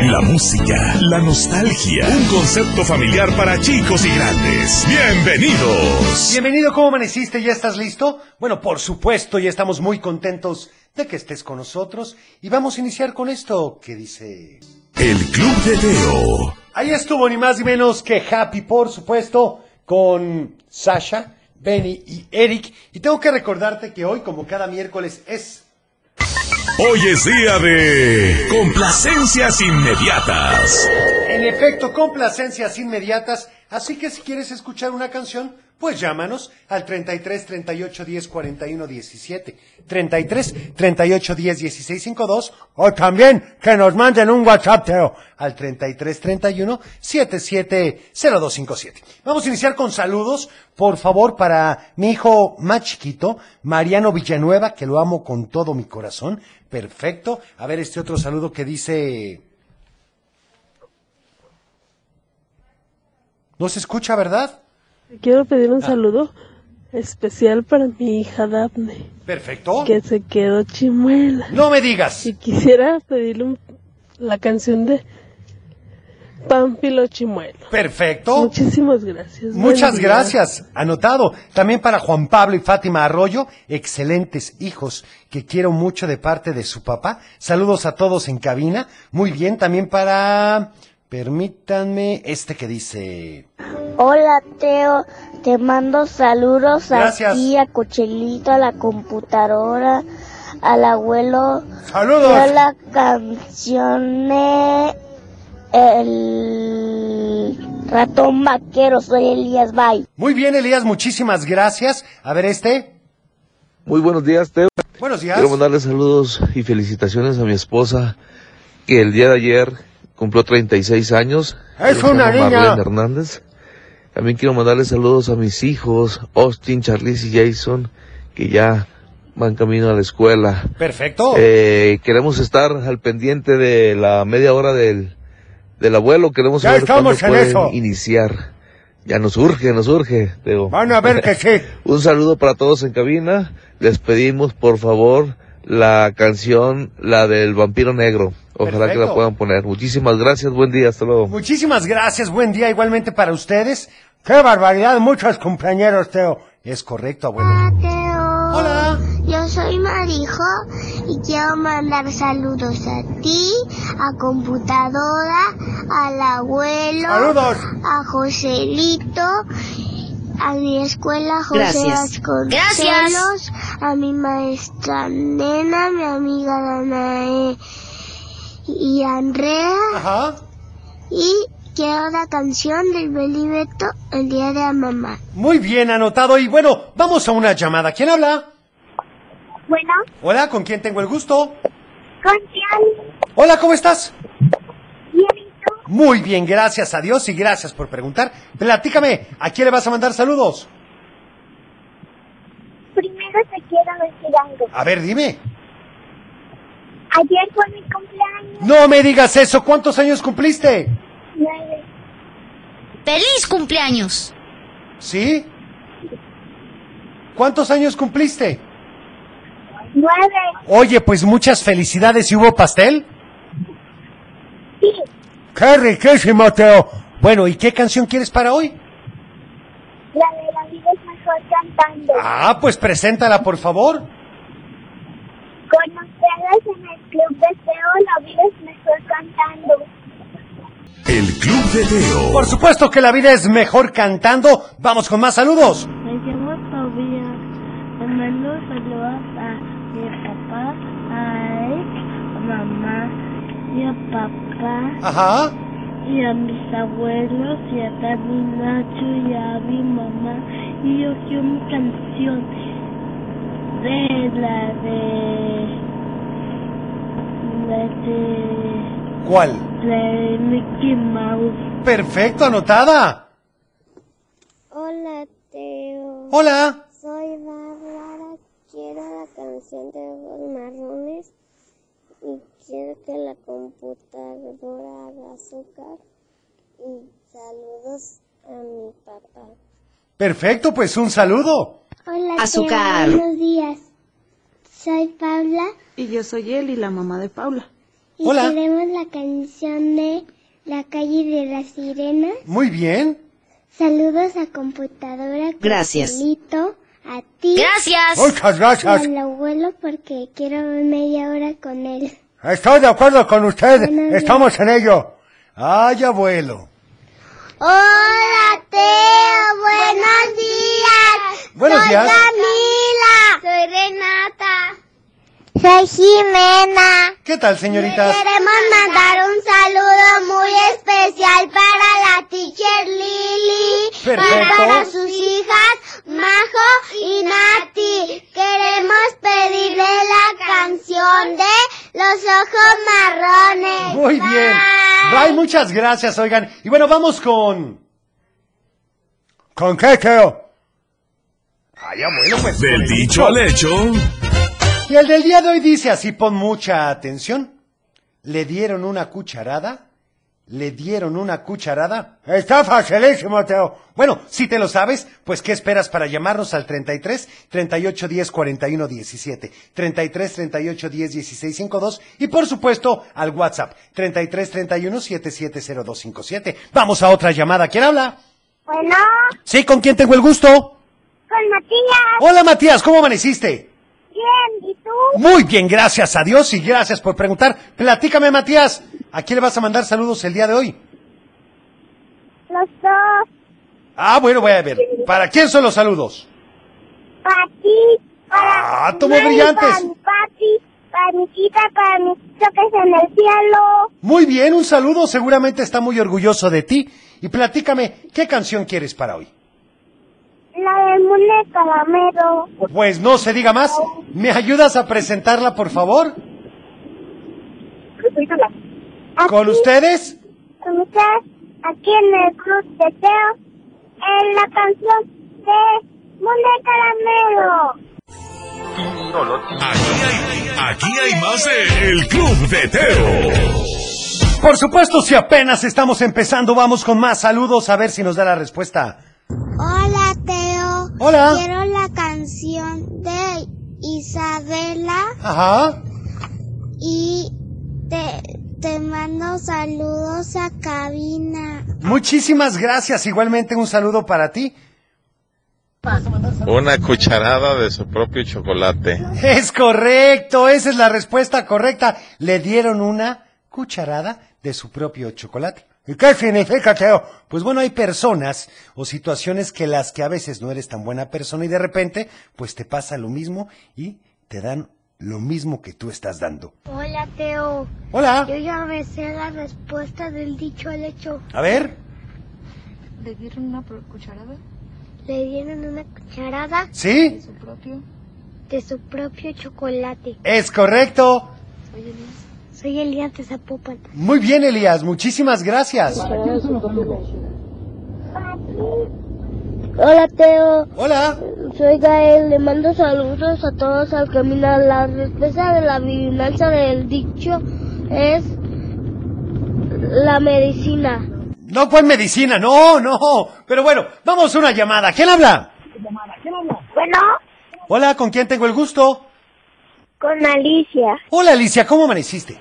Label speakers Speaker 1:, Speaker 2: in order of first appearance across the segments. Speaker 1: La música, la nostalgia, un concepto familiar para chicos y grandes. Bienvenidos.
Speaker 2: Bienvenido, ¿cómo amaneciste? ¿Ya estás listo? Bueno, por supuesto, ya estamos muy contentos de que estés con nosotros y vamos a iniciar con esto que dice...
Speaker 1: El Club de Teo.
Speaker 2: Ahí estuvo ni más ni menos que Happy, por supuesto, con Sasha, Benny y Eric. Y tengo que recordarte que hoy, como cada miércoles, es...
Speaker 1: Hoy es día de complacencias inmediatas.
Speaker 2: En efecto, complacencias inmediatas, así que si quieres escuchar una canción, pues llámanos al 33 38 10 41 17, 33 38 10 16 52 o también que nos manden un WhatsApp Teo, al 33 31 77 0257. Vamos a iniciar con saludos, por favor, para mi hijo más chiquito, Mariano Villanueva, que lo amo con todo mi corazón. Perfecto. A ver este otro saludo que dice No se escucha, ¿verdad?
Speaker 3: Quiero pedir
Speaker 2: Ah.
Speaker 3: un saludo especial para mi hija Daphne,
Speaker 2: Perfecto.
Speaker 3: que se quedó chimuela.
Speaker 2: No me digas.
Speaker 3: Y quisiera pedirle un- la canción de Pampilo Chimuelo.
Speaker 2: Perfecto.
Speaker 3: Muchísimas gracias.
Speaker 2: Muchas
Speaker 3: Buenos días.
Speaker 2: gracias. Anotado. También para Juan Pablo y Fátima Arroyo, excelentes hijos que quiero mucho de parte de su papá. Saludos a todos en cabina. Muy bien. También para, permítanme, este que dice.
Speaker 4: Hola Teo, te mando saludos
Speaker 2: Gracias.
Speaker 4: a ti, a Cochelito, a la computadora, al abuelo. Yo
Speaker 2: Saludos.
Speaker 4: la canción de El ratón vaquero, soy Elías Bay.
Speaker 2: Muy bien, Elías. Muchísimas gracias. A ver este.
Speaker 5: Muy buenos días, Teo.
Speaker 2: Buenos días.
Speaker 5: Quiero mandarle saludos y felicitaciones a mi esposa, que el día de ayer cumplió 36 años.
Speaker 2: ¡Es
Speaker 5: Ella se
Speaker 2: una
Speaker 5: llama
Speaker 2: niña!
Speaker 5: Marlene Hernández. También quiero mandarle saludos a mis hijos, Austin, Charlize y Jason, que ya van camino a la escuela.
Speaker 2: Perfecto.
Speaker 5: Eh, queremos estar al pendiente de la media hora del, del abuelo. Queremos
Speaker 2: Ya
Speaker 5: saber cuándo
Speaker 2: estamos en
Speaker 5: pueden
Speaker 2: eso.
Speaker 5: iniciar. Ya nos urge, nos urge, Teo.
Speaker 2: Van a ver que sí.
Speaker 5: Un saludo para todos en cabina. Les pedimos, por favor, la canción, la del vampiro negro. Ojalá que
Speaker 2: Perfecto.
Speaker 5: la puedan poner. Muchísimas gracias. Buen día. Hasta luego.
Speaker 2: Muchísimas gracias, buen día igualmente para ustedes. ¡Qué barbaridad! Muchos compañeros, Teo. Es correcto, abuelo.
Speaker 4: Teo,
Speaker 2: Hola.
Speaker 4: yo soy Marijo y quiero mandar saludos a ti, a computadora, al abuelo.
Speaker 2: Saludos.
Speaker 4: a Joselito, a mi escuela José
Speaker 6: Gracias.
Speaker 4: Vasconcelos, a mi maestra Nena, a mi amiga Danae y Andrea,
Speaker 2: Ajá.
Speaker 4: y quiero la canción del Belibeto el día de la mamá.
Speaker 2: Muy bien anotado y bueno, vamos a una llamada. ¿Quién habla?
Speaker 4: Bueno,
Speaker 2: Hola, ¿con quién tengo el gusto?
Speaker 4: canción,
Speaker 2: Hola, ¿cómo estás?
Speaker 4: bien,
Speaker 2: Muy bien, gracias a Dios y gracias por preguntar. Platícame, ¿a quién le vas a mandar saludos?
Speaker 4: primero te quiero decir algo.
Speaker 2: A ver, dime.
Speaker 4: Ayer fue mi cumpleaños,
Speaker 2: No me digas eso, ¿cuántos años cumpliste?
Speaker 4: nueve.
Speaker 6: ¡Feliz cumpleaños!
Speaker 2: ¿Sí? ¿Cuántos años cumpliste?
Speaker 4: nueve.
Speaker 2: Oye, pues muchas felicidades y hubo pastel.
Speaker 4: Sí,
Speaker 2: ¡Qué riquísimo, Teo! Bueno, ¿y qué canción quieres para hoy?
Speaker 4: la de la vida es mejor cantando.
Speaker 2: Ah, pues preséntala, por favor.
Speaker 4: Con ustedes en el Club de Teo, la vida es mejor cantando.
Speaker 1: El Club de Teo.
Speaker 2: Por supuesto que la vida es mejor cantando. Vamos con más saludos.
Speaker 7: Me llamo Fabián. Le mando saludos a mi papá, a él, a mamá y a papá
Speaker 2: Ajá.
Speaker 7: y a mis abuelos y a Dani Nacho y a mi mamá. Y yo quiero mi canción de la de... La de...
Speaker 2: ¿Cuál?
Speaker 7: La de Mickey Mouse.
Speaker 2: Perfecto, anotada.
Speaker 4: Hola, Teo.
Speaker 7: Hola.
Speaker 2: Hola.
Speaker 7: Soy Bárbara, quiero la canción de ojos marrones y quiero que la computadora haga azúcar y saludos a mi papá.
Speaker 2: Perfecto, pues un saludo.
Speaker 4: Hola,
Speaker 6: Azúcar.
Speaker 4: Teo, buenos días. Soy Paula
Speaker 8: Y yo soy Eli, la mamá de Paula.
Speaker 4: y
Speaker 2: Hola.
Speaker 4: queremos la canción de La calle de las sirenas.
Speaker 2: Muy bien.
Speaker 4: Saludos a computadora.
Speaker 6: Gracias.
Speaker 4: Carmelito, a ti
Speaker 6: Gracias.
Speaker 2: Muchas
Speaker 4: y al
Speaker 2: gracias.
Speaker 4: abuelo porque quiero ver media hora con él.
Speaker 2: Estoy de acuerdo con usted.
Speaker 4: Buenos días.
Speaker 2: Estamos en ello. Ay, abuelo.
Speaker 4: Hola, Teo, buenos días.
Speaker 2: Buenos Soy días.
Speaker 4: Camila. Soy Renata. Soy Jimena.
Speaker 2: ¿Qué tal, señoritas?
Speaker 4: Queremos mandar un saludo muy especial para la teacher Lili,
Speaker 2: Perfecto.
Speaker 4: para sus hijas Majo y Nati. Queremos pedirle la canción de Los Ojos Marrones.
Speaker 2: Muy bien.
Speaker 4: Bye.
Speaker 2: Bye, muchas gracias, oigan. Y bueno, vamos con. ¿Con qué, Teo? Ay, abuelo, pues.
Speaker 1: Del dicho al hecho,
Speaker 2: Y el del día de hoy dice así, pon mucha atención. Le dieron una cucharada. Le dieron una cucharada. Está facilísimo, Teo. Bueno, si te lo sabes, pues ¿qué esperas para llamarnos al 33 38 10 41 17? 33 38 10 16 52 y por supuesto al WhatsApp 33 31 770257. Vamos a otra llamada. ¿Quién habla?
Speaker 4: Bueno,
Speaker 2: Sí, ¿con quién tengo el gusto?
Speaker 4: con Matías,
Speaker 2: Hola Matías, ¿cómo amaneciste?
Speaker 4: bien, ¿y tú?
Speaker 2: Muy bien, gracias a Dios y gracias por preguntar. Platícame, Matías, ¿a quién le vas a mandar saludos el día de hoy?
Speaker 4: Los dos,
Speaker 2: Ah, bueno, voy a ver. ¿Para quién son los saludos?
Speaker 4: para ti,
Speaker 2: Ah, tomó brillantes.
Speaker 4: papi, para mi chita, para mis choques en el cielo.
Speaker 2: Muy bien, un saludo. Seguramente está muy orgulloso de ti. Y platícame, ¿qué canción quieres para hoy?
Speaker 4: La del muñeco calamero.
Speaker 2: Pues no se diga más. ¿Me ayudas a presentarla, por favor?
Speaker 4: Aquí,
Speaker 2: ¿Con ustedes?
Speaker 4: con ustedes, aquí en el Club de Teo, en la canción de muñeco calamero.
Speaker 1: aquí hay, aquí hay más de El Club de Teo.
Speaker 2: Por supuesto, si apenas estamos empezando, vamos con más saludos a ver si nos da la respuesta.
Speaker 4: Hola, Teo.
Speaker 2: Hola.
Speaker 4: Quiero la canción de Isabela
Speaker 2: Ajá.
Speaker 4: y te, te mando saludos a cabina.
Speaker 2: Muchísimas gracias. Igualmente un saludo para ti.
Speaker 5: Una cucharada de su propio chocolate.
Speaker 2: Es correcto, esa es la respuesta correcta. Le dieron una cucharada de su propio chocolate. ¿Y qué significa, Teo? Pues bueno, hay personas o situaciones que las que a veces no eres tan buena persona y de repente, pues te pasa lo mismo y te dan lo mismo que tú estás dando.
Speaker 4: Hola, Teo.
Speaker 2: Hola.
Speaker 4: ya me sé la respuesta del dicho al hecho.
Speaker 2: A ver.
Speaker 8: ¿Le dieron una cucharada
Speaker 4: Le dieron una cucharada
Speaker 2: ¿Sí?
Speaker 8: su propio?
Speaker 4: de su propio chocolate.
Speaker 2: Es correcto.
Speaker 4: Soy Elías de Zapopan.
Speaker 2: Muy bien, Elías. Muchísimas gracias.
Speaker 7: Hola, Teo.
Speaker 2: Hola.
Speaker 7: Soy Gael, le mando saludos a todos al caminar. La respuesta de la adivinanza del dicho es la medicina.
Speaker 2: No, pues medicina. No, no. Pero bueno, vamos a una llamada. ¿Quién habla?
Speaker 4: Bueno,
Speaker 2: Hola, ¿con quién tengo el gusto?
Speaker 4: con Alicia.
Speaker 2: Hola Alicia, ¿cómo amaneciste?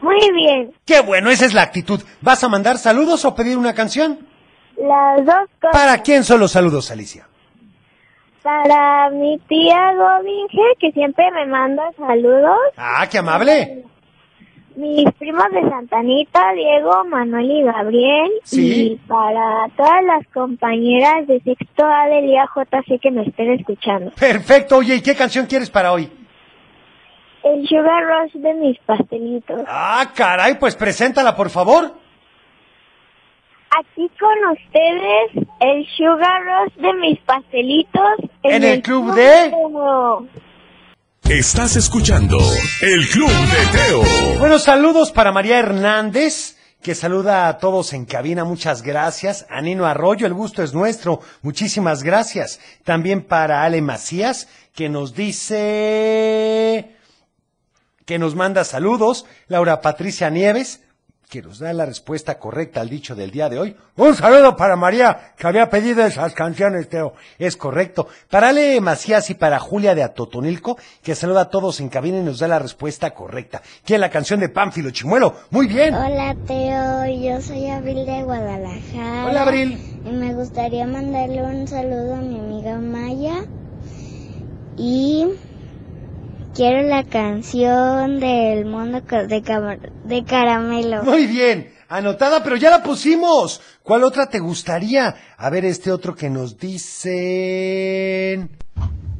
Speaker 4: Muy bien.
Speaker 2: Qué bueno, esa es la actitud. ¿Vas a mandar saludos o pedir una canción?
Speaker 4: Las dos cosas.
Speaker 2: ¿Para quién son los saludos, Alicia?
Speaker 4: Para mi tía Govinge, que siempre me manda saludos.
Speaker 2: Ah, qué amable.
Speaker 4: Mis primos de Santanita, Diego, Manuel y Gabriel.
Speaker 2: Sí.
Speaker 4: Y para todas las compañeras de sexto A del IAJC que me estén escuchando.
Speaker 2: Perfecto, oye, ¿y qué canción quieres para hoy?
Speaker 4: El Sugar Rush de mis pastelitos.
Speaker 2: Ah, caray, pues preséntala, por favor.
Speaker 4: Aquí con ustedes, el Sugar Rush de mis pastelitos.
Speaker 2: En el club de-
Speaker 4: Teo.
Speaker 1: Estás escuchando El Club de Teo.
Speaker 2: Bueno, saludos para María Hernández, que saluda a todos en cabina. Muchas gracias. A Nino Arroyo, el gusto es nuestro. Muchísimas gracias. También para Ale Macías, que nos dice que nos manda saludos. Laura Patricia Nieves, que nos da la respuesta correcta al dicho del día de hoy. Un saludo para María, que había pedido esas canciones, Teo. Es correcto. Para Ale Macías y para Julia de Atotonilco, que saluda a todos en cabina y nos da la respuesta correcta. ¿Quién la canción de Pánfilo Chimuelo? Muy bien.
Speaker 7: Hola Teo, yo soy Abril de Guadalajara.
Speaker 2: Hola, Abril.
Speaker 7: Y me gustaría mandarle un saludo a mi amiga Maya. Y quiero la canción del mundo ca- de, camar- de caramelo.
Speaker 2: Muy bien. Anotada, pero ya la pusimos. ¿Cuál otra te gustaría? A ver, este otro que nos dicen.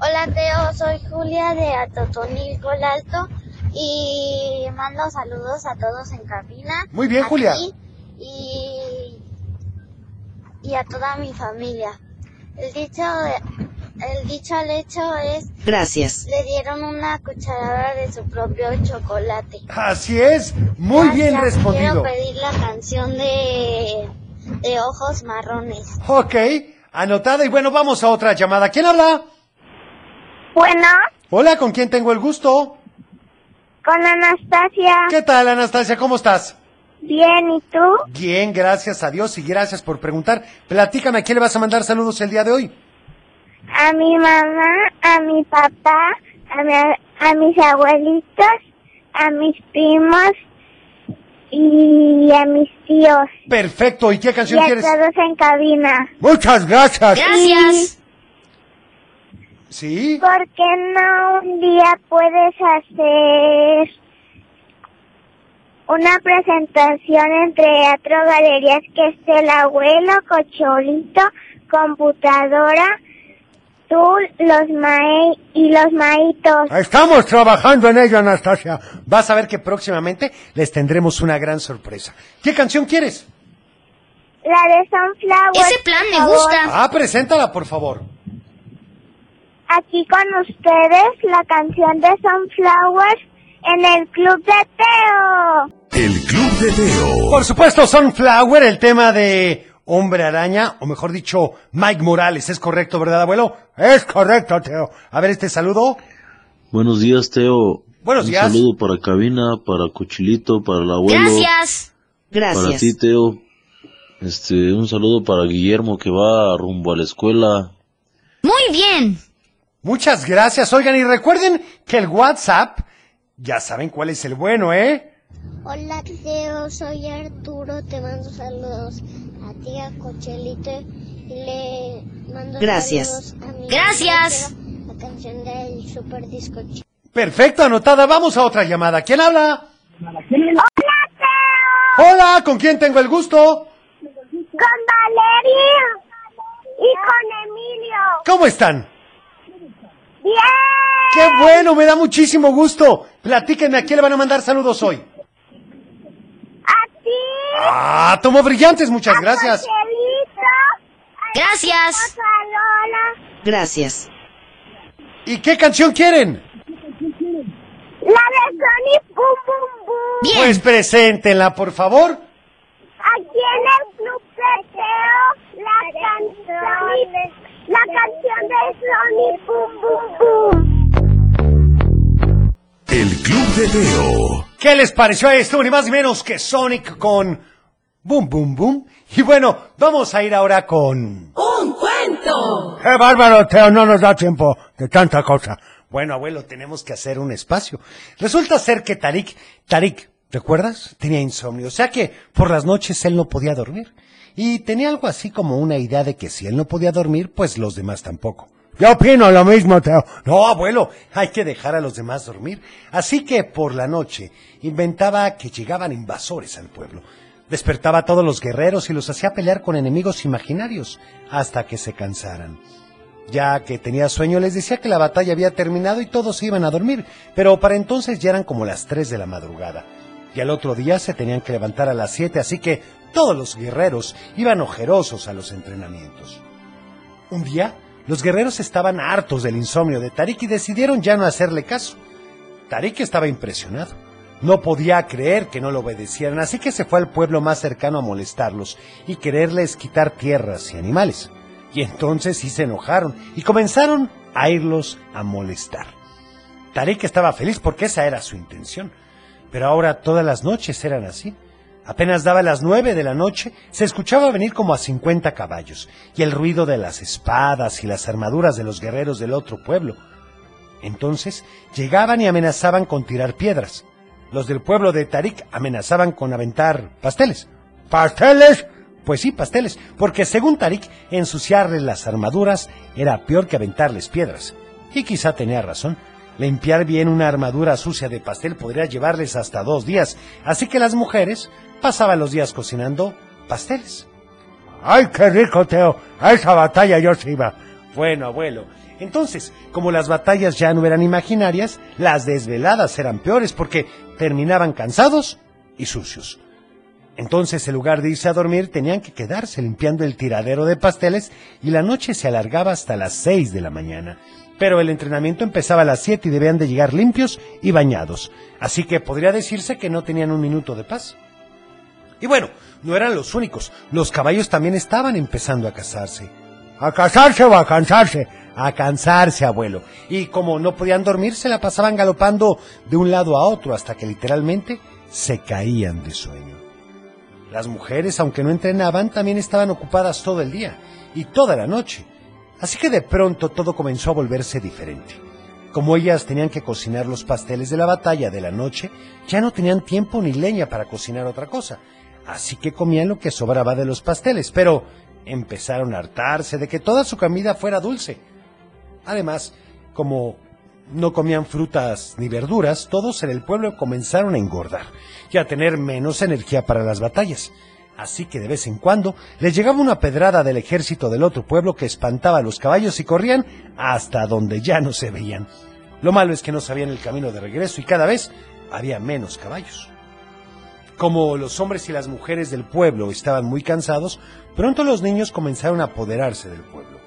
Speaker 7: Hola Teo, soy Julia de Atotonilco el Alto y mando saludos a todos en cabina.
Speaker 2: Muy bien,
Speaker 7: a
Speaker 2: Julia.
Speaker 7: ti Y, y a toda mi familia. El dicho, de- el dicho al hecho es,
Speaker 9: Gracias.
Speaker 7: le dieron una cucharada de su propio chocolate.
Speaker 2: Así es. Muy bien
Speaker 7: Gracias,
Speaker 2: respondido.
Speaker 7: Quiero pedir la canción de, de Ojos Marrones.
Speaker 2: Ok. Anotada y bueno, vamos a otra llamada. ¿Quién habla?
Speaker 4: Bueno,
Speaker 2: Hola, ¿con quién tengo el gusto?
Speaker 4: con Anastasia.
Speaker 2: ¿Qué tal, Anastasia? ¿Cómo estás?
Speaker 4: Bien, ¿y tú?
Speaker 2: Bien, gracias a Dios y gracias por preguntar. Platícame, ¿a quién le vas a mandar saludos el día de hoy?
Speaker 4: A mi mamá, a mi papá, a, mi- a mis abuelitos, a mis primos y a mis tíos.
Speaker 2: Perfecto, ¿y qué
Speaker 4: Y
Speaker 2: canción
Speaker 4: a
Speaker 2: quieres?
Speaker 4: todos en cabina.
Speaker 2: Muchas gracias.
Speaker 6: Gracias.
Speaker 2: ¿Sí?
Speaker 4: ¿Por qué no un día puedes hacer una presentación en teatro galerías que esté el abuelo, cocholito, computadora, tú, los mae y los maitos?
Speaker 2: Estamos trabajando en ello, Anastasia. Vas a ver que próximamente les tendremos una gran sorpresa. ¿Qué canción quieres?
Speaker 4: La de Sunflower.
Speaker 6: Ese plan
Speaker 4: por
Speaker 6: me
Speaker 4: favor.
Speaker 6: gusta.
Speaker 2: Ah, preséntala, por favor.
Speaker 4: Aquí con ustedes la canción de Sunflower en el Club de Teo.
Speaker 1: El Club de Teo.
Speaker 2: Por supuesto, Sunflower, el tema de Hombre Araña, o mejor dicho, Mike Morales. ¿Es correcto, verdad, abuelo? Es correcto, Teo. A ver, este saludo.
Speaker 10: Buenos días, Teo.
Speaker 2: Buenos
Speaker 10: Un
Speaker 2: días.
Speaker 10: saludo para Cabina, para Cochilito, para el abuelo.
Speaker 6: Gracias.
Speaker 10: Para
Speaker 9: Gracias.
Speaker 10: ti, Teo. Este, un saludo para Guillermo que va rumbo a la escuela.
Speaker 6: Muy bien.
Speaker 2: Muchas gracias. Oigan, y recuerden que el WhatsApp, ya saben cuál es el bueno, ¿eh?
Speaker 7: Hola Teo, soy Arturo, te mando saludos a ti, a Cochelito, y le mando
Speaker 9: Gracias.
Speaker 7: saludos a mi
Speaker 6: Gracias.
Speaker 7: mamá, La canción del Super Disco Ch-
Speaker 2: Perfecto, anotada. Vamos a otra llamada. ¿Quién habla?
Speaker 4: ¡Hola, Teo!
Speaker 2: Hola, ¿con quién tengo el gusto?
Speaker 4: con Valeria y con Emilio.
Speaker 2: ¿Cómo están?
Speaker 4: ¡Bien!
Speaker 2: ¡Qué bueno! Me da muchísimo gusto. Platíquenme a quién le van a mandar saludos hoy.
Speaker 4: A ti,
Speaker 2: Ah, tomo brillantes, muchas gracias.
Speaker 4: Angelito,
Speaker 6: Gracias.
Speaker 4: a Lola,
Speaker 9: Gracias.
Speaker 2: ¿Y qué canción quieren?
Speaker 4: la de Sony Pum Pum Pum.
Speaker 2: Pues preséntenla, por favor.
Speaker 4: Aquí en el Club de Teo, la canción, la canción de Sony Pum Pum Pum.
Speaker 1: El Club de Teo.
Speaker 2: ¿Qué les pareció a esto? Ni más ni menos que Sonic con Boom Boom Boom. Y bueno, vamos a ir ahora con... ¡Un cuento! ¡Qué bárbaro, Teo! No nos da tiempo de tanta cosa. Bueno, abuelo, tenemos que hacer un espacio. Resulta ser que Tarik, Tarik, ¿recuerdas? Tenía insomnio. O sea que por las noches él no podía dormir. Y tenía algo así como una idea de que si él no podía dormir, pues los demás tampoco. Yo opino lo mismo, Teo. No, abuelo, hay que dejar a los demás dormir. Así que por la noche inventaba que llegaban invasores al pueblo. Despertaba a todos los guerreros y los hacía pelear con enemigos imaginarios hasta que se cansaran. Ya que tenía sueño, les decía que la batalla había terminado y todos se iban a dormir, pero para entonces ya eran como las 3 de la madrugada. Y al otro día se tenían que levantar a las 7, así que todos los guerreros iban ojerosos a los entrenamientos. Un día, los guerreros estaban hartos del insomnio de Tarik y decidieron ya no hacerle caso. Tarik estaba impresionado. No podía creer que no lo obedecieran, así que se fue al pueblo más cercano a molestarlos y quererles quitar tierras y animales. Y entonces sí se enojaron y comenzaron a irlos a molestar. Tarek estaba feliz porque esa era su intención. Pero ahora todas las noches eran así. Apenas daba las nueve de la noche, se escuchaba venir como a cincuenta caballos, y el ruido de las espadas y las armaduras de los guerreros del otro pueblo. Entonces llegaban y amenazaban con tirar piedras. Los del pueblo de Tarik amenazaban con aventar pasteles. ¿Pasteles? Pues sí, pasteles, porque según Tarik, ensuciarles las armaduras era peor que aventarles piedras. Y quizá tenía razón. Limpiar bien una armadura sucia de pastel podría llevarles hasta dos días, así que las mujeres pasaban los días cocinando pasteles. ¡Ay, qué rico, Teo! ¡A esa batalla yo se iba! Bueno, abuelo. Entonces, como las batallas ya no eran imaginarias, las desveladas eran peores porque terminaban cansados y sucios. Entonces, en lugar de irse a dormir, tenían que quedarse limpiando el tiradero de pasteles y la noche se alargaba hasta las 6 de la mañana. Pero el entrenamiento empezaba a las 7 y debían de llegar limpios y bañados. Así que podría decirse que no tenían un minuto de paz. Y bueno, no eran los únicos. Los caballos también estaban empezando a casarse. ¿A casarse o a cansarse? A cansarse, abuelo. Y como no podían dormir, se la pasaban galopando de un lado a otro hasta que literalmente se caían de sueño. Las mujeres, aunque no entrenaban, también estaban ocupadas todo el día y toda la noche. Así que de pronto todo comenzó a volverse diferente. Como ellas tenían que cocinar los pasteles de la batalla de la noche, ya no tenían tiempo ni leña para cocinar otra cosa. Así que comían lo que sobraba de los pasteles, pero empezaron a hartarse de que toda su comida fuera dulce. Además, como no comían frutas ni verduras, todos en el pueblo comenzaron a engordar y a tener menos energía para las batallas. Así que de vez en cuando les llegaba una pedrada del ejército del otro pueblo que espantaba a los caballos y corrían hasta donde ya no se veían. Lo malo es que no sabían el camino de regreso y cada vez había menos caballos. Como los hombres y las mujeres del pueblo estaban muy cansados, pronto los niños comenzaron a apoderarse del pueblo.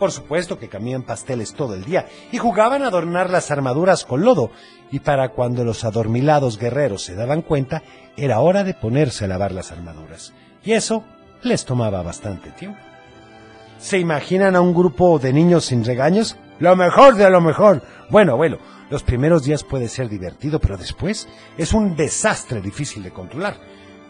Speaker 2: Por supuesto que comían pasteles todo el día y jugaban a adornar las armaduras con lodo, y para cuando los adormilados guerreros se daban cuenta, era hora de ponerse a lavar las armaduras, y eso les tomaba bastante tiempo. ¿Se imaginan a un grupo de niños sin regaños? Lo mejor de lo mejor. Bueno, abuelo, los primeros días puede ser divertido, pero después es un desastre difícil de controlar.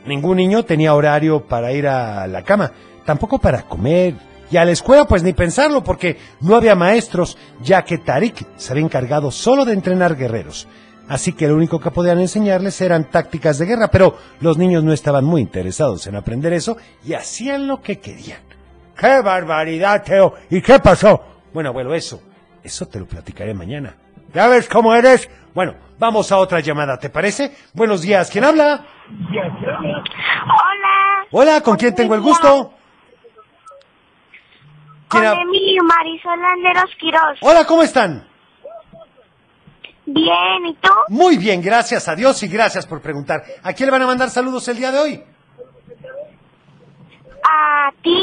Speaker 2: Ningún niño tenía horario para ir a la cama, tampoco para comer. Y a la escuela pues ni pensarlo porque no había maestros, ya que Tarik se había encargado solo de entrenar guerreros. Así que lo único que podían enseñarles eran tácticas de guerra, pero los niños no estaban muy interesados en aprender eso y hacían lo que querían. ¡Qué barbaridad, Teo! ¿Y qué pasó? Bueno, abuelo, eso, eso te lo platicaré mañana. ¿Ya ves cómo eres? Bueno, vamos a otra llamada, ¿te parece? Buenos días, ¿quién habla?
Speaker 4: Hola,
Speaker 2: Hola, ¿con quién tengo el gusto?
Speaker 4: con
Speaker 2: ¿Quién hab-
Speaker 4: Emilio Marisol Landeros Quirós.
Speaker 2: Hola, ¿cómo están?
Speaker 4: Bien, ¿y tú?
Speaker 2: Muy bien, gracias a Dios y gracias por preguntar. ¿A quién le van a mandar saludos el día de hoy?
Speaker 4: A ti.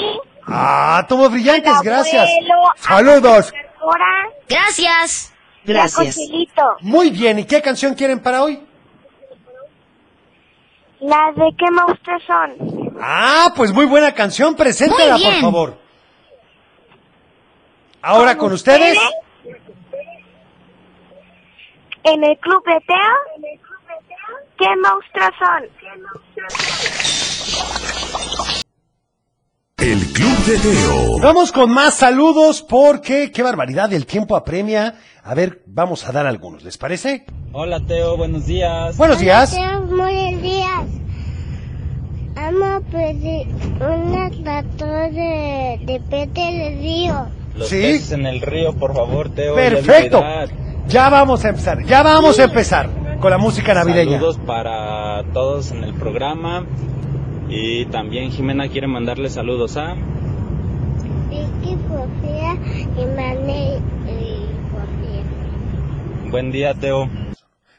Speaker 2: Ah, tomos brillantes, gracias.
Speaker 4: abuelo, a
Speaker 2: Saludos.
Speaker 4: la doctora,
Speaker 6: Gracias.
Speaker 4: y a
Speaker 8: Gracias.
Speaker 4: Cochelito.
Speaker 2: Muy bien, ¿y qué canción quieren para hoy?
Speaker 4: La de qué ustedes son.
Speaker 2: Ah, pues muy buena canción, preséntala
Speaker 6: Muy
Speaker 2: por
Speaker 6: bien.
Speaker 2: favor. Ahora con ustedes,
Speaker 4: En el club de Teo. ¿Qué monstruos son?
Speaker 1: El Club de Teo.
Speaker 2: vamos con más saludos porque qué barbaridad, el tiempo apremia. A ver, vamos a dar algunos, ¿les parece?
Speaker 9: Hola Teo, buenos días.
Speaker 2: Buenos días.
Speaker 7: buenos días. Amo pedir una tatuaje de, de Pete del Río.
Speaker 9: Los
Speaker 2: Sí.
Speaker 9: peces en el río, por favor, Teo. ya es
Speaker 2: Perfecto.
Speaker 9: Navidad.
Speaker 2: Ya vamos a empezar, ya vamos a empezar con la música navideña.
Speaker 9: Saludos para todos en el programa. Y también Jimena quiere mandarle saludos a...
Speaker 7: Vicky, Sofía y Mane eh, y Sofía.
Speaker 9: Buen día, Teo.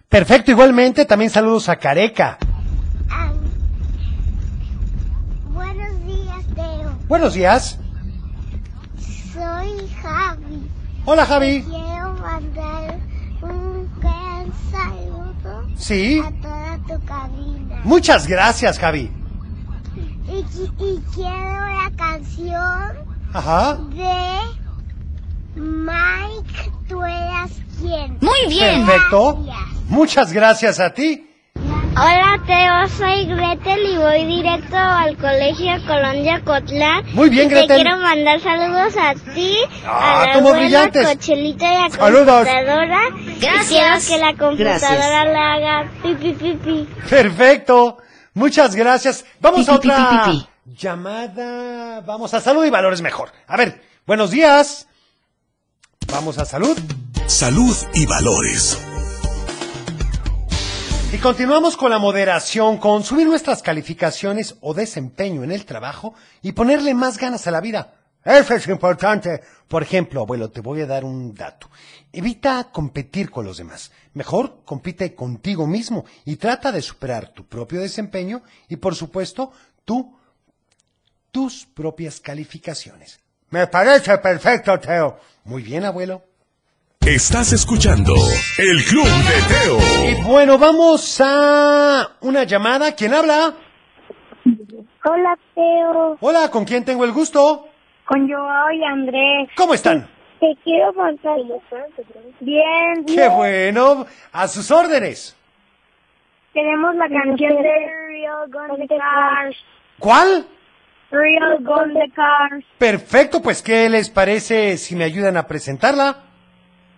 Speaker 2: Perfecto, igualmente también saludos a Careca.
Speaker 7: buenos días, Teo.
Speaker 2: Buenos días.
Speaker 7: Soy Javi.
Speaker 2: Hola Javi.
Speaker 7: Quiero mandar un gran saludo
Speaker 2: Sí.
Speaker 7: a toda tu cabina.
Speaker 2: Muchas gracias, Javi.
Speaker 7: Y, qui- y quiero la canción
Speaker 2: Ajá.
Speaker 7: de Mike, tú eras quien.
Speaker 6: Muy bien.
Speaker 2: Perfecto. Muchas gracias a ti.
Speaker 7: Hola Teo, soy Gretel y voy directo al Colegio Colombia Cotlán.
Speaker 2: Muy bien,
Speaker 7: Y
Speaker 2: Gretel.
Speaker 7: Te quiero mandar saludos a ti,
Speaker 2: Ah,
Speaker 7: a la
Speaker 2: como
Speaker 7: abuela
Speaker 2: brillantes.
Speaker 7: Cochelita y a la
Speaker 2: Saludos.
Speaker 7: computadora.
Speaker 6: Gracias.
Speaker 7: Y quiero que la computadora
Speaker 3: Gracias.
Speaker 7: la haga pi pi pi pi.
Speaker 2: Perfecto. Muchas gracias. Vamos
Speaker 6: Pi,
Speaker 2: a
Speaker 6: pi, pi,
Speaker 2: otra
Speaker 6: pi, pi,
Speaker 2: llamada. Vamos a salud y valores mejor. A ver, buenos días. Vamos a salud.
Speaker 1: Salud y valores.
Speaker 2: Y continuamos con la moderación, con subir nuestras calificaciones o desempeño en el trabajo y ponerle más ganas a la vida. Eso es importante. Por ejemplo, abuelo, te voy a dar un dato. Evita competir con los demás. Mejor compite contigo mismo y trata de superar tu propio desempeño y, por supuesto, tu tus propias calificaciones. Me parece perfecto, Teo. Muy bien, abuelo.
Speaker 1: Estás escuchando El Club de
Speaker 2: Y
Speaker 1: Teo.
Speaker 2: bueno, vamos a una llamada. ¿Quién habla?
Speaker 7: Hola Teo,
Speaker 2: Hola, ¿con quién tengo el gusto?
Speaker 7: con Joao y Andrés.
Speaker 2: ¿Cómo están?
Speaker 7: Te quiero contar. Bien,
Speaker 2: Qué bueno, a sus órdenes.
Speaker 7: Tenemos la canción de Real Gone the Cars.
Speaker 2: ¿Cuál?
Speaker 7: Real Gone the Cars.
Speaker 2: Perfecto, pues ¿qué les parece si me ayudan a presentarla?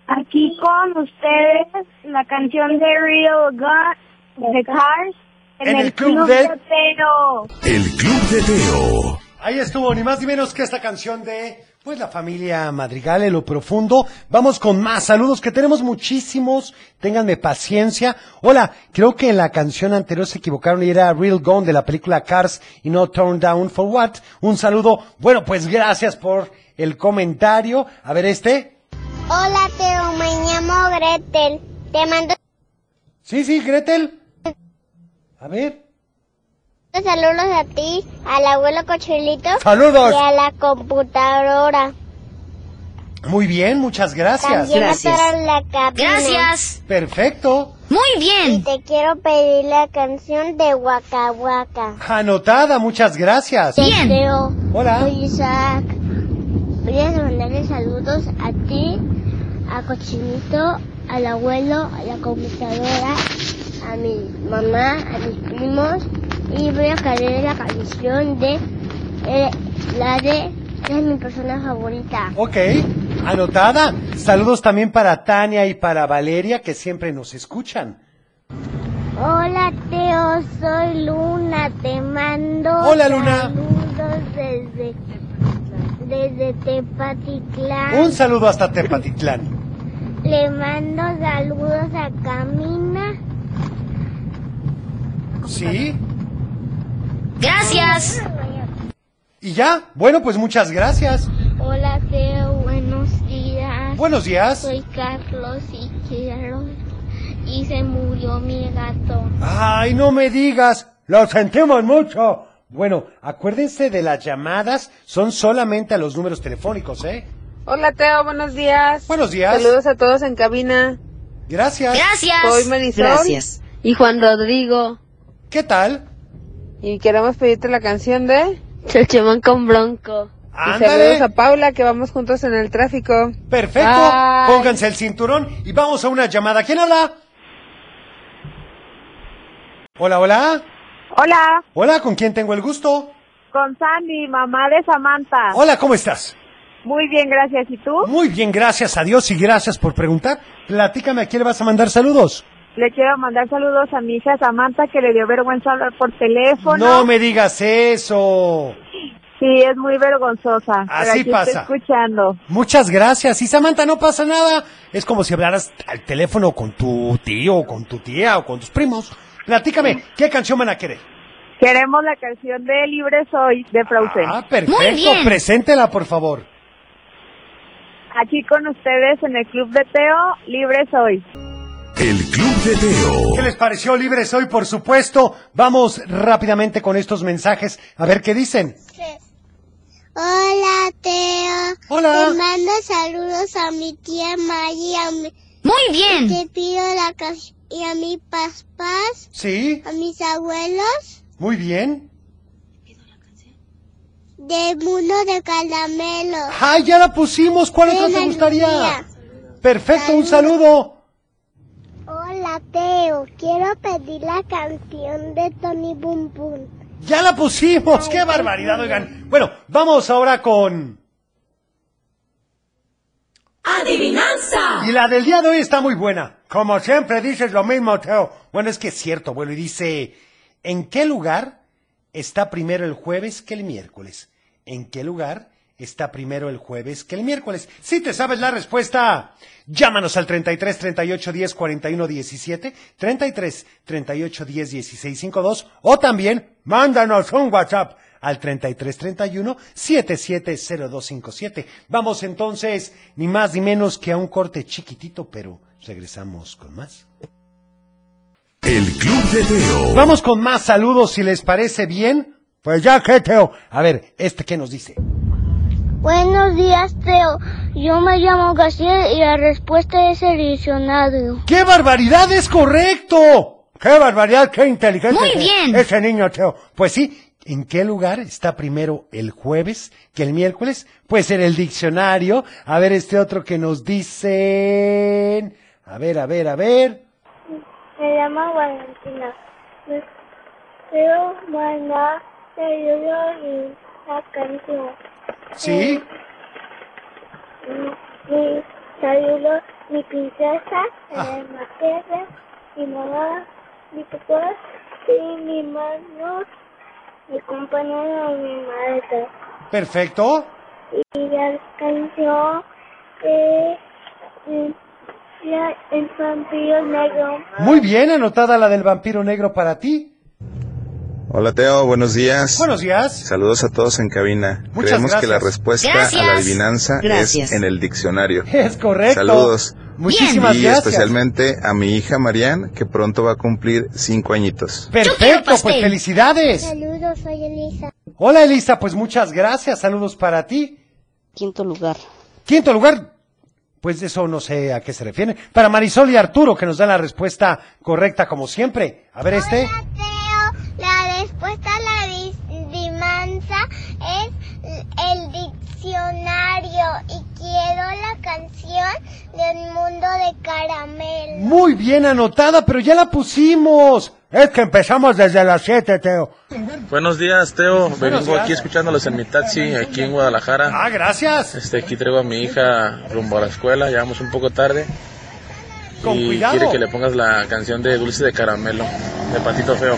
Speaker 7: Aquí con ustedes la canción de Real Gone the Cars.
Speaker 2: En el club de-
Speaker 7: Teo.
Speaker 1: El Club de Teo.
Speaker 2: Ahí estuvo, ni más ni menos que esta canción de, pues, la familia Madrigal, en lo profundo. Vamos con más saludos, que tenemos muchísimos. Ténganme paciencia. Hola, creo que en la canción anterior se equivocaron y era Real Gone de la película Cars y no Turn Down for What. Un saludo. Bueno, pues gracias por el comentario. A ver este.
Speaker 7: Hola Teo, me llamo Gretel. Te mando
Speaker 2: Sí, sí, Gretel. A ver.
Speaker 7: saludos a ti, al abuelo Cochelito
Speaker 2: Saludos.
Speaker 7: y a la computadora.
Speaker 2: Muy bien, muchas gracias.
Speaker 7: También
Speaker 3: Gracias.
Speaker 7: a toda la cabina.
Speaker 6: Gracias.
Speaker 2: Perfecto.
Speaker 6: Muy
Speaker 7: Y
Speaker 6: bien.
Speaker 7: te quiero pedir la canción de Waka Waka.
Speaker 2: Anotada, muchas gracias.
Speaker 7: Te
Speaker 6: Bien.
Speaker 7: creo.
Speaker 2: Hola.
Speaker 7: Soy Isaac. Voy a mandarle saludos a ti, a Cochinito, al abuelo, a la computadora, a mi mamá, a mis primos. Y voy a cantar la canción de eh, la de es mi persona favorita.
Speaker 2: Ok, anotada. Saludos también para Tania y para Valeria que siempre nos escuchan.
Speaker 7: Hola Teo, soy Luna, te mando
Speaker 2: Hola, Luna.
Speaker 7: saludos desde, desde Tepatitlán.
Speaker 2: Un saludo hasta Tepatitlán.
Speaker 7: Le mando saludos a Camina,
Speaker 2: ¿Sí?
Speaker 6: Gracias.
Speaker 2: ¿Y ya? Bueno, pues muchas gracias.
Speaker 7: Hola Teo, buenos días.
Speaker 2: Buenos días.
Speaker 7: Soy Carlos y quiero y se murió mi gato.
Speaker 2: Ay, no me digas. Lo sentimos mucho. Bueno, acuérdense de las llamadas, son solamente a los números telefónicos, ¿eh?
Speaker 4: Hola Teo, buenos días.
Speaker 2: Buenos días.
Speaker 4: Saludos a todos en cabina.
Speaker 2: Gracias.
Speaker 4: Soy
Speaker 6: Gracias.
Speaker 4: Marisol.
Speaker 3: Gracias.
Speaker 4: Y Juan Rodrigo.
Speaker 2: ¿Qué tal?
Speaker 4: Y queremos pedirte la canción de...
Speaker 11: Chalchimán con bronco.
Speaker 4: Y
Speaker 2: Ándale.
Speaker 4: saludos a Paula que vamos juntos en el tráfico.
Speaker 2: Perfecto.
Speaker 4: Bye.
Speaker 2: Pónganse el cinturón y vamos a una llamada. ¿Quién habla? Hola, hola.
Speaker 4: Hola,
Speaker 2: Hola, ¿con quién tengo el gusto?
Speaker 4: con Sandy, mamá de Samantha.
Speaker 2: Hola, ¿cómo estás?
Speaker 4: Muy bien, gracias. ¿Y tú?
Speaker 2: Muy bien, gracias a Dios y gracias por preguntar. Platícame a quién le vas a mandar saludos.
Speaker 4: Le quiero mandar saludos a mi hija Samantha que le dio vergüenza hablar por teléfono.
Speaker 2: No me digas eso.
Speaker 4: Sí, es muy vergonzosa.
Speaker 2: Así
Speaker 4: aquí estoy
Speaker 2: pasa.
Speaker 4: escuchando.
Speaker 2: Muchas gracias. Y Samantha, no pasa nada. Es como si hablaras al teléfono con tu tío, o con tu tía o con tus primos. Platícame, ¿qué canción van a querer?
Speaker 4: Queremos la canción de Libre Soy de Frozen.
Speaker 2: Ah, perfecto.
Speaker 6: Muy bien.
Speaker 2: Preséntela, por favor.
Speaker 4: Aquí con ustedes en el Club de Teo, Libre Soy.
Speaker 1: El Club de
Speaker 2: ¿Qué
Speaker 1: Teo.
Speaker 2: les pareció Libres hoy? Por supuesto. Vamos rápidamente con estos mensajes a ver qué dicen.
Speaker 7: Hola Teo.
Speaker 2: Hola.
Speaker 7: Te mando saludos a mi tía Maggie, a mi,
Speaker 6: Muy bien.
Speaker 7: Te pido la cas- y a mis papás,
Speaker 2: Sí,
Speaker 7: a mis abuelos,
Speaker 2: muy bien.
Speaker 7: del mundo de caramelo.
Speaker 2: ¡Ay, ya la pusimos! ¿Cuál otra te gustaría? Perfecto, un saludo.
Speaker 7: Hola, Teo. Quiero pedir la canción de Tony Boom Boom.
Speaker 2: ¡Ya la pusimos! ¡Qué barbaridad, oigan! Bueno, vamos ahora con...
Speaker 12: ¡Adivinanza!
Speaker 2: Y la del día de hoy está muy buena. Como siempre dices lo mismo, Teo. Bueno, es que es cierto, bueno, y dice, ¿en qué lugar está primero el jueves que el miércoles? ¿En qué lugar está primero el jueves que el miércoles? Si te sabes la respuesta, llámanos al 33 38 10 41 17, 33 38 10 16 52 o también mándanos un WhatsApp al 3331 770257. Vamos entonces, ni más ni menos que a un corte chiquitito, pero regresamos con más.
Speaker 1: El Club de Teo.
Speaker 2: Vamos con más saludos, si les parece bien. Pues ya que Teo. A ver, este que nos dice.
Speaker 4: Buenos días, Teo. Yo me llamo García y la respuesta es el diccionario.
Speaker 2: ¡Qué barbaridad es correcto! ¡Qué barbaridad, qué inteligente!
Speaker 4: Muy
Speaker 2: es-
Speaker 4: bien.
Speaker 2: Ese niño, Teo. Pues sí, ¿en qué lugar está primero el jueves que el miércoles? Pues en el diccionario. A ver este otro que nos dicen. A ver, a ver, a ver.
Speaker 7: Me llamo Valentina. Me- Quiero mandar el libro y la canción.
Speaker 4: Eh.
Speaker 2: ¿Sí?
Speaker 7: Mi- Mi saludo, mi princesa, el marquesa, mi mamá, mi papá, y mi hermano, mi compañero, mi maestra.
Speaker 2: Perfecto.
Speaker 7: Y la canción de de- Eh, la- el vampiro negro.
Speaker 2: Muy bien, anotada la del vampiro negro para ti.
Speaker 13: Hola Teo, buenos días.
Speaker 2: Buenos días.
Speaker 13: Saludos a todos en cabina.
Speaker 2: Muchas
Speaker 13: Creemos que la
Speaker 2: gracias.
Speaker 13: respuesta
Speaker 2: Gracias.
Speaker 13: a la adivinanza
Speaker 2: Gracias.
Speaker 13: es en el diccionario.
Speaker 2: Es correcto.
Speaker 13: Saludos.
Speaker 2: Muchísimas
Speaker 13: y
Speaker 2: gracias.
Speaker 13: especialmente a mi hija Marian, que pronto va a cumplir cinco añitos.
Speaker 2: Perfecto, pues felicidades.
Speaker 7: Saludos, soy Elisa.
Speaker 2: Hola Elisa, pues muchas gracias, saludos para ti. Quinto lugar. Quinto lugar, pues de eso no sé a qué se refiere. Para Marisol y Arturo, que nos dan la respuesta correcta como siempre. A ver este.
Speaker 7: La respuesta a la dimanza es el diccionario y quiero la canción del mundo de caramelo.
Speaker 2: Muy bien anotada, pero ya la pusimos. Es que empezamos desde las 7, Teo.
Speaker 14: Buenos días, Teo. Vengo
Speaker 2: días.
Speaker 14: aquí escuchándolos en mi taxi, aquí en Guadalajara.
Speaker 2: Ah, gracias.
Speaker 14: Este, aquí traigo a mi hija rumbo a la escuela, llegamos un poco tarde.
Speaker 2: Con
Speaker 14: y
Speaker 2: cuidado.
Speaker 14: quiere que le pongas la canción de Dulce de Caramelo, de Patito Feo.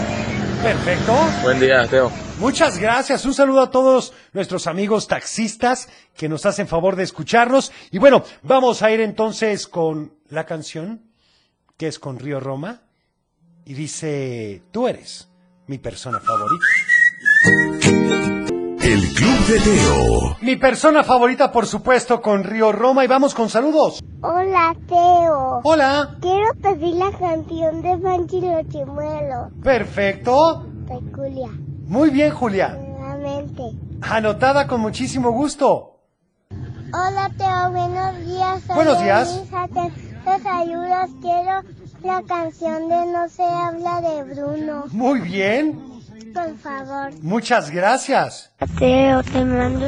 Speaker 2: Perfecto.
Speaker 14: Buen día, Teo.
Speaker 2: Muchas gracias. Un saludo a todos nuestros amigos taxistas que nos hacen favor de escucharnos. Y bueno, vamos a ir entonces con la canción que es con Río Roma y dice, tú eres mi persona favorita.
Speaker 1: El Club de Teo.
Speaker 2: Mi persona favorita, por supuesto, con Río Roma y vamos con saludos.
Speaker 7: Hola, Teo.
Speaker 2: Hola.
Speaker 7: Quiero pedir la canción de Banchi los Chimuelos.
Speaker 2: Perfecto.
Speaker 7: Peculia,
Speaker 2: Muy bien, Julia.
Speaker 7: nuevamente.
Speaker 2: Anotada con muchísimo gusto.
Speaker 7: Hola, Teo. Buenos días. soy
Speaker 2: Buenos días.
Speaker 7: Elisa, Te, te saludas. Quiero la canción de No se habla de Bruno.
Speaker 2: Muy bien.
Speaker 7: Por favor.
Speaker 2: Muchas gracias.
Speaker 7: Teo, te mando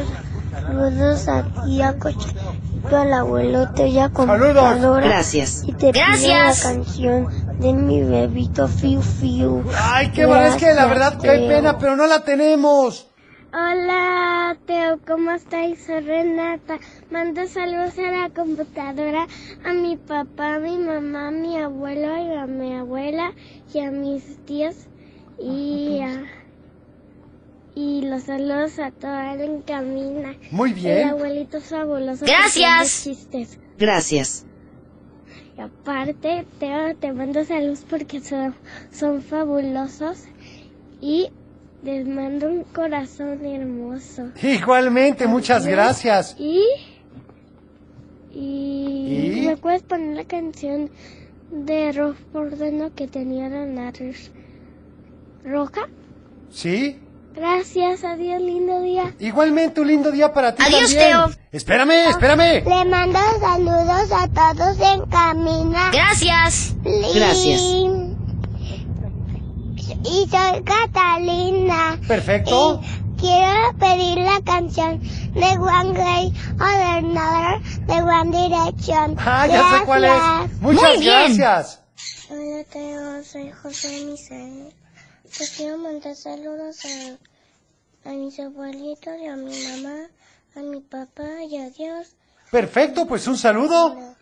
Speaker 7: saludos a ti, a Cochito, al abuelo, te ya
Speaker 2: computadora.
Speaker 12: Gracias.
Speaker 7: Y te
Speaker 12: pido Gracias. la
Speaker 7: canción de mi bebito Fiu Fiu.
Speaker 2: Ay, qué bueno, es que la verdad que hay pena, pero no la tenemos.
Speaker 7: Hola, Teo, ¿cómo estáis? Soy Renata. Mando saludos a la computadora, a mi papá, a mi mamá, a mi abuelo y a mi abuela y a mis tíos y a- Y los saludos a toda la encamina.
Speaker 12: Muy bien.
Speaker 7: El abuelito fabuloso. que
Speaker 6: Gracias.
Speaker 7: tiene chistes.
Speaker 12: Gracias.
Speaker 7: Y aparte, Teo, te mando saludos porque son, son fabulosos. Y les mando un corazón hermoso.
Speaker 2: Igualmente, muchas gracias.
Speaker 7: Y, y,
Speaker 2: ¿Y?
Speaker 7: ¿Me puedes poner la canción de Rojo Bordeno que tenía la nariz roja?
Speaker 2: ¿Sí?
Speaker 7: Gracias, adiós, lindo día.
Speaker 2: Igualmente un lindo día para ti
Speaker 7: Adiós,
Speaker 2: también.
Speaker 7: Teo.
Speaker 2: Espérame, espérame.
Speaker 7: Le mando saludos a
Speaker 4: todos en camina.
Speaker 6: Gracias.
Speaker 12: Gracias.
Speaker 4: Y soy Catalina.
Speaker 2: Perfecto.
Speaker 4: Y quiero pedir la canción de One Way or Another de One Direction.
Speaker 2: Ah, ya sé cuál es. Muchas gracias.
Speaker 7: Hola Teo, soy José Misael. Te quiero mandar saludos a, a mis abuelitos y a mi mamá, a mi papá y a Dios.
Speaker 2: Perfecto, pues un saludo.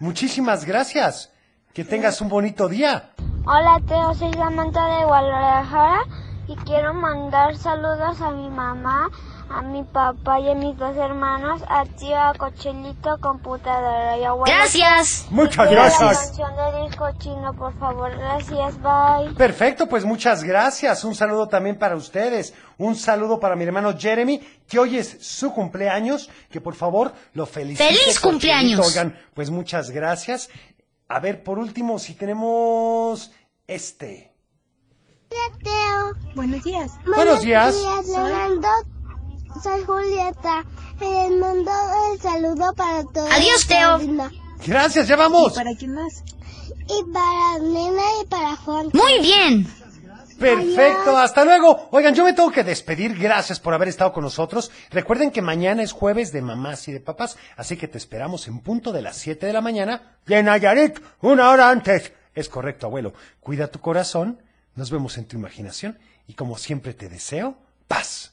Speaker 2: Muchísimas gracias. Que tengas un bonito día.
Speaker 15: Hola Teo, soy Samantha de Guadalajara y quiero mandar saludos a mi mamá, a mi papá y a mis dos hermanos, a tío, a Cochelito, computadora y abuelo.
Speaker 6: Gracias.
Speaker 2: Muchas
Speaker 15: Quiero
Speaker 2: gracias.
Speaker 15: La canción de disco chino, por favor, gracias, bye.
Speaker 2: Perfecto, pues muchas gracias. Un saludo también para ustedes. Un saludo para mi hermano Jeremy, que hoy es su cumpleaños. Que por favor lo felicite.
Speaker 6: ¡Feliz
Speaker 2: por
Speaker 6: cumpleaños!
Speaker 2: Chelito. Oigan, pues muchas gracias. A ver, por último, si tenemos este.
Speaker 4: Hola Teo.
Speaker 8: Buenos días.
Speaker 2: Buenos días.
Speaker 4: le mando- soy Julieta. Y les mando el saludo para todos.
Speaker 6: Adiós, Teo.
Speaker 2: Gracias, ya vamos.
Speaker 8: ¿Para quién más?
Speaker 4: Y para Nena y para Juan.
Speaker 6: Muy bien.
Speaker 2: Perfecto, hasta luego. Oigan, yo me tengo que despedir. Gracias por haber estado con nosotros. Recuerden que mañana es jueves de mamás y de papás, así que te esperamos en punto de las 7 de la mañana y en Nayarit, una hora antes. Es correcto, abuelo. Cuida tu corazón. Nos vemos en tu imaginación y como siempre te deseo paz.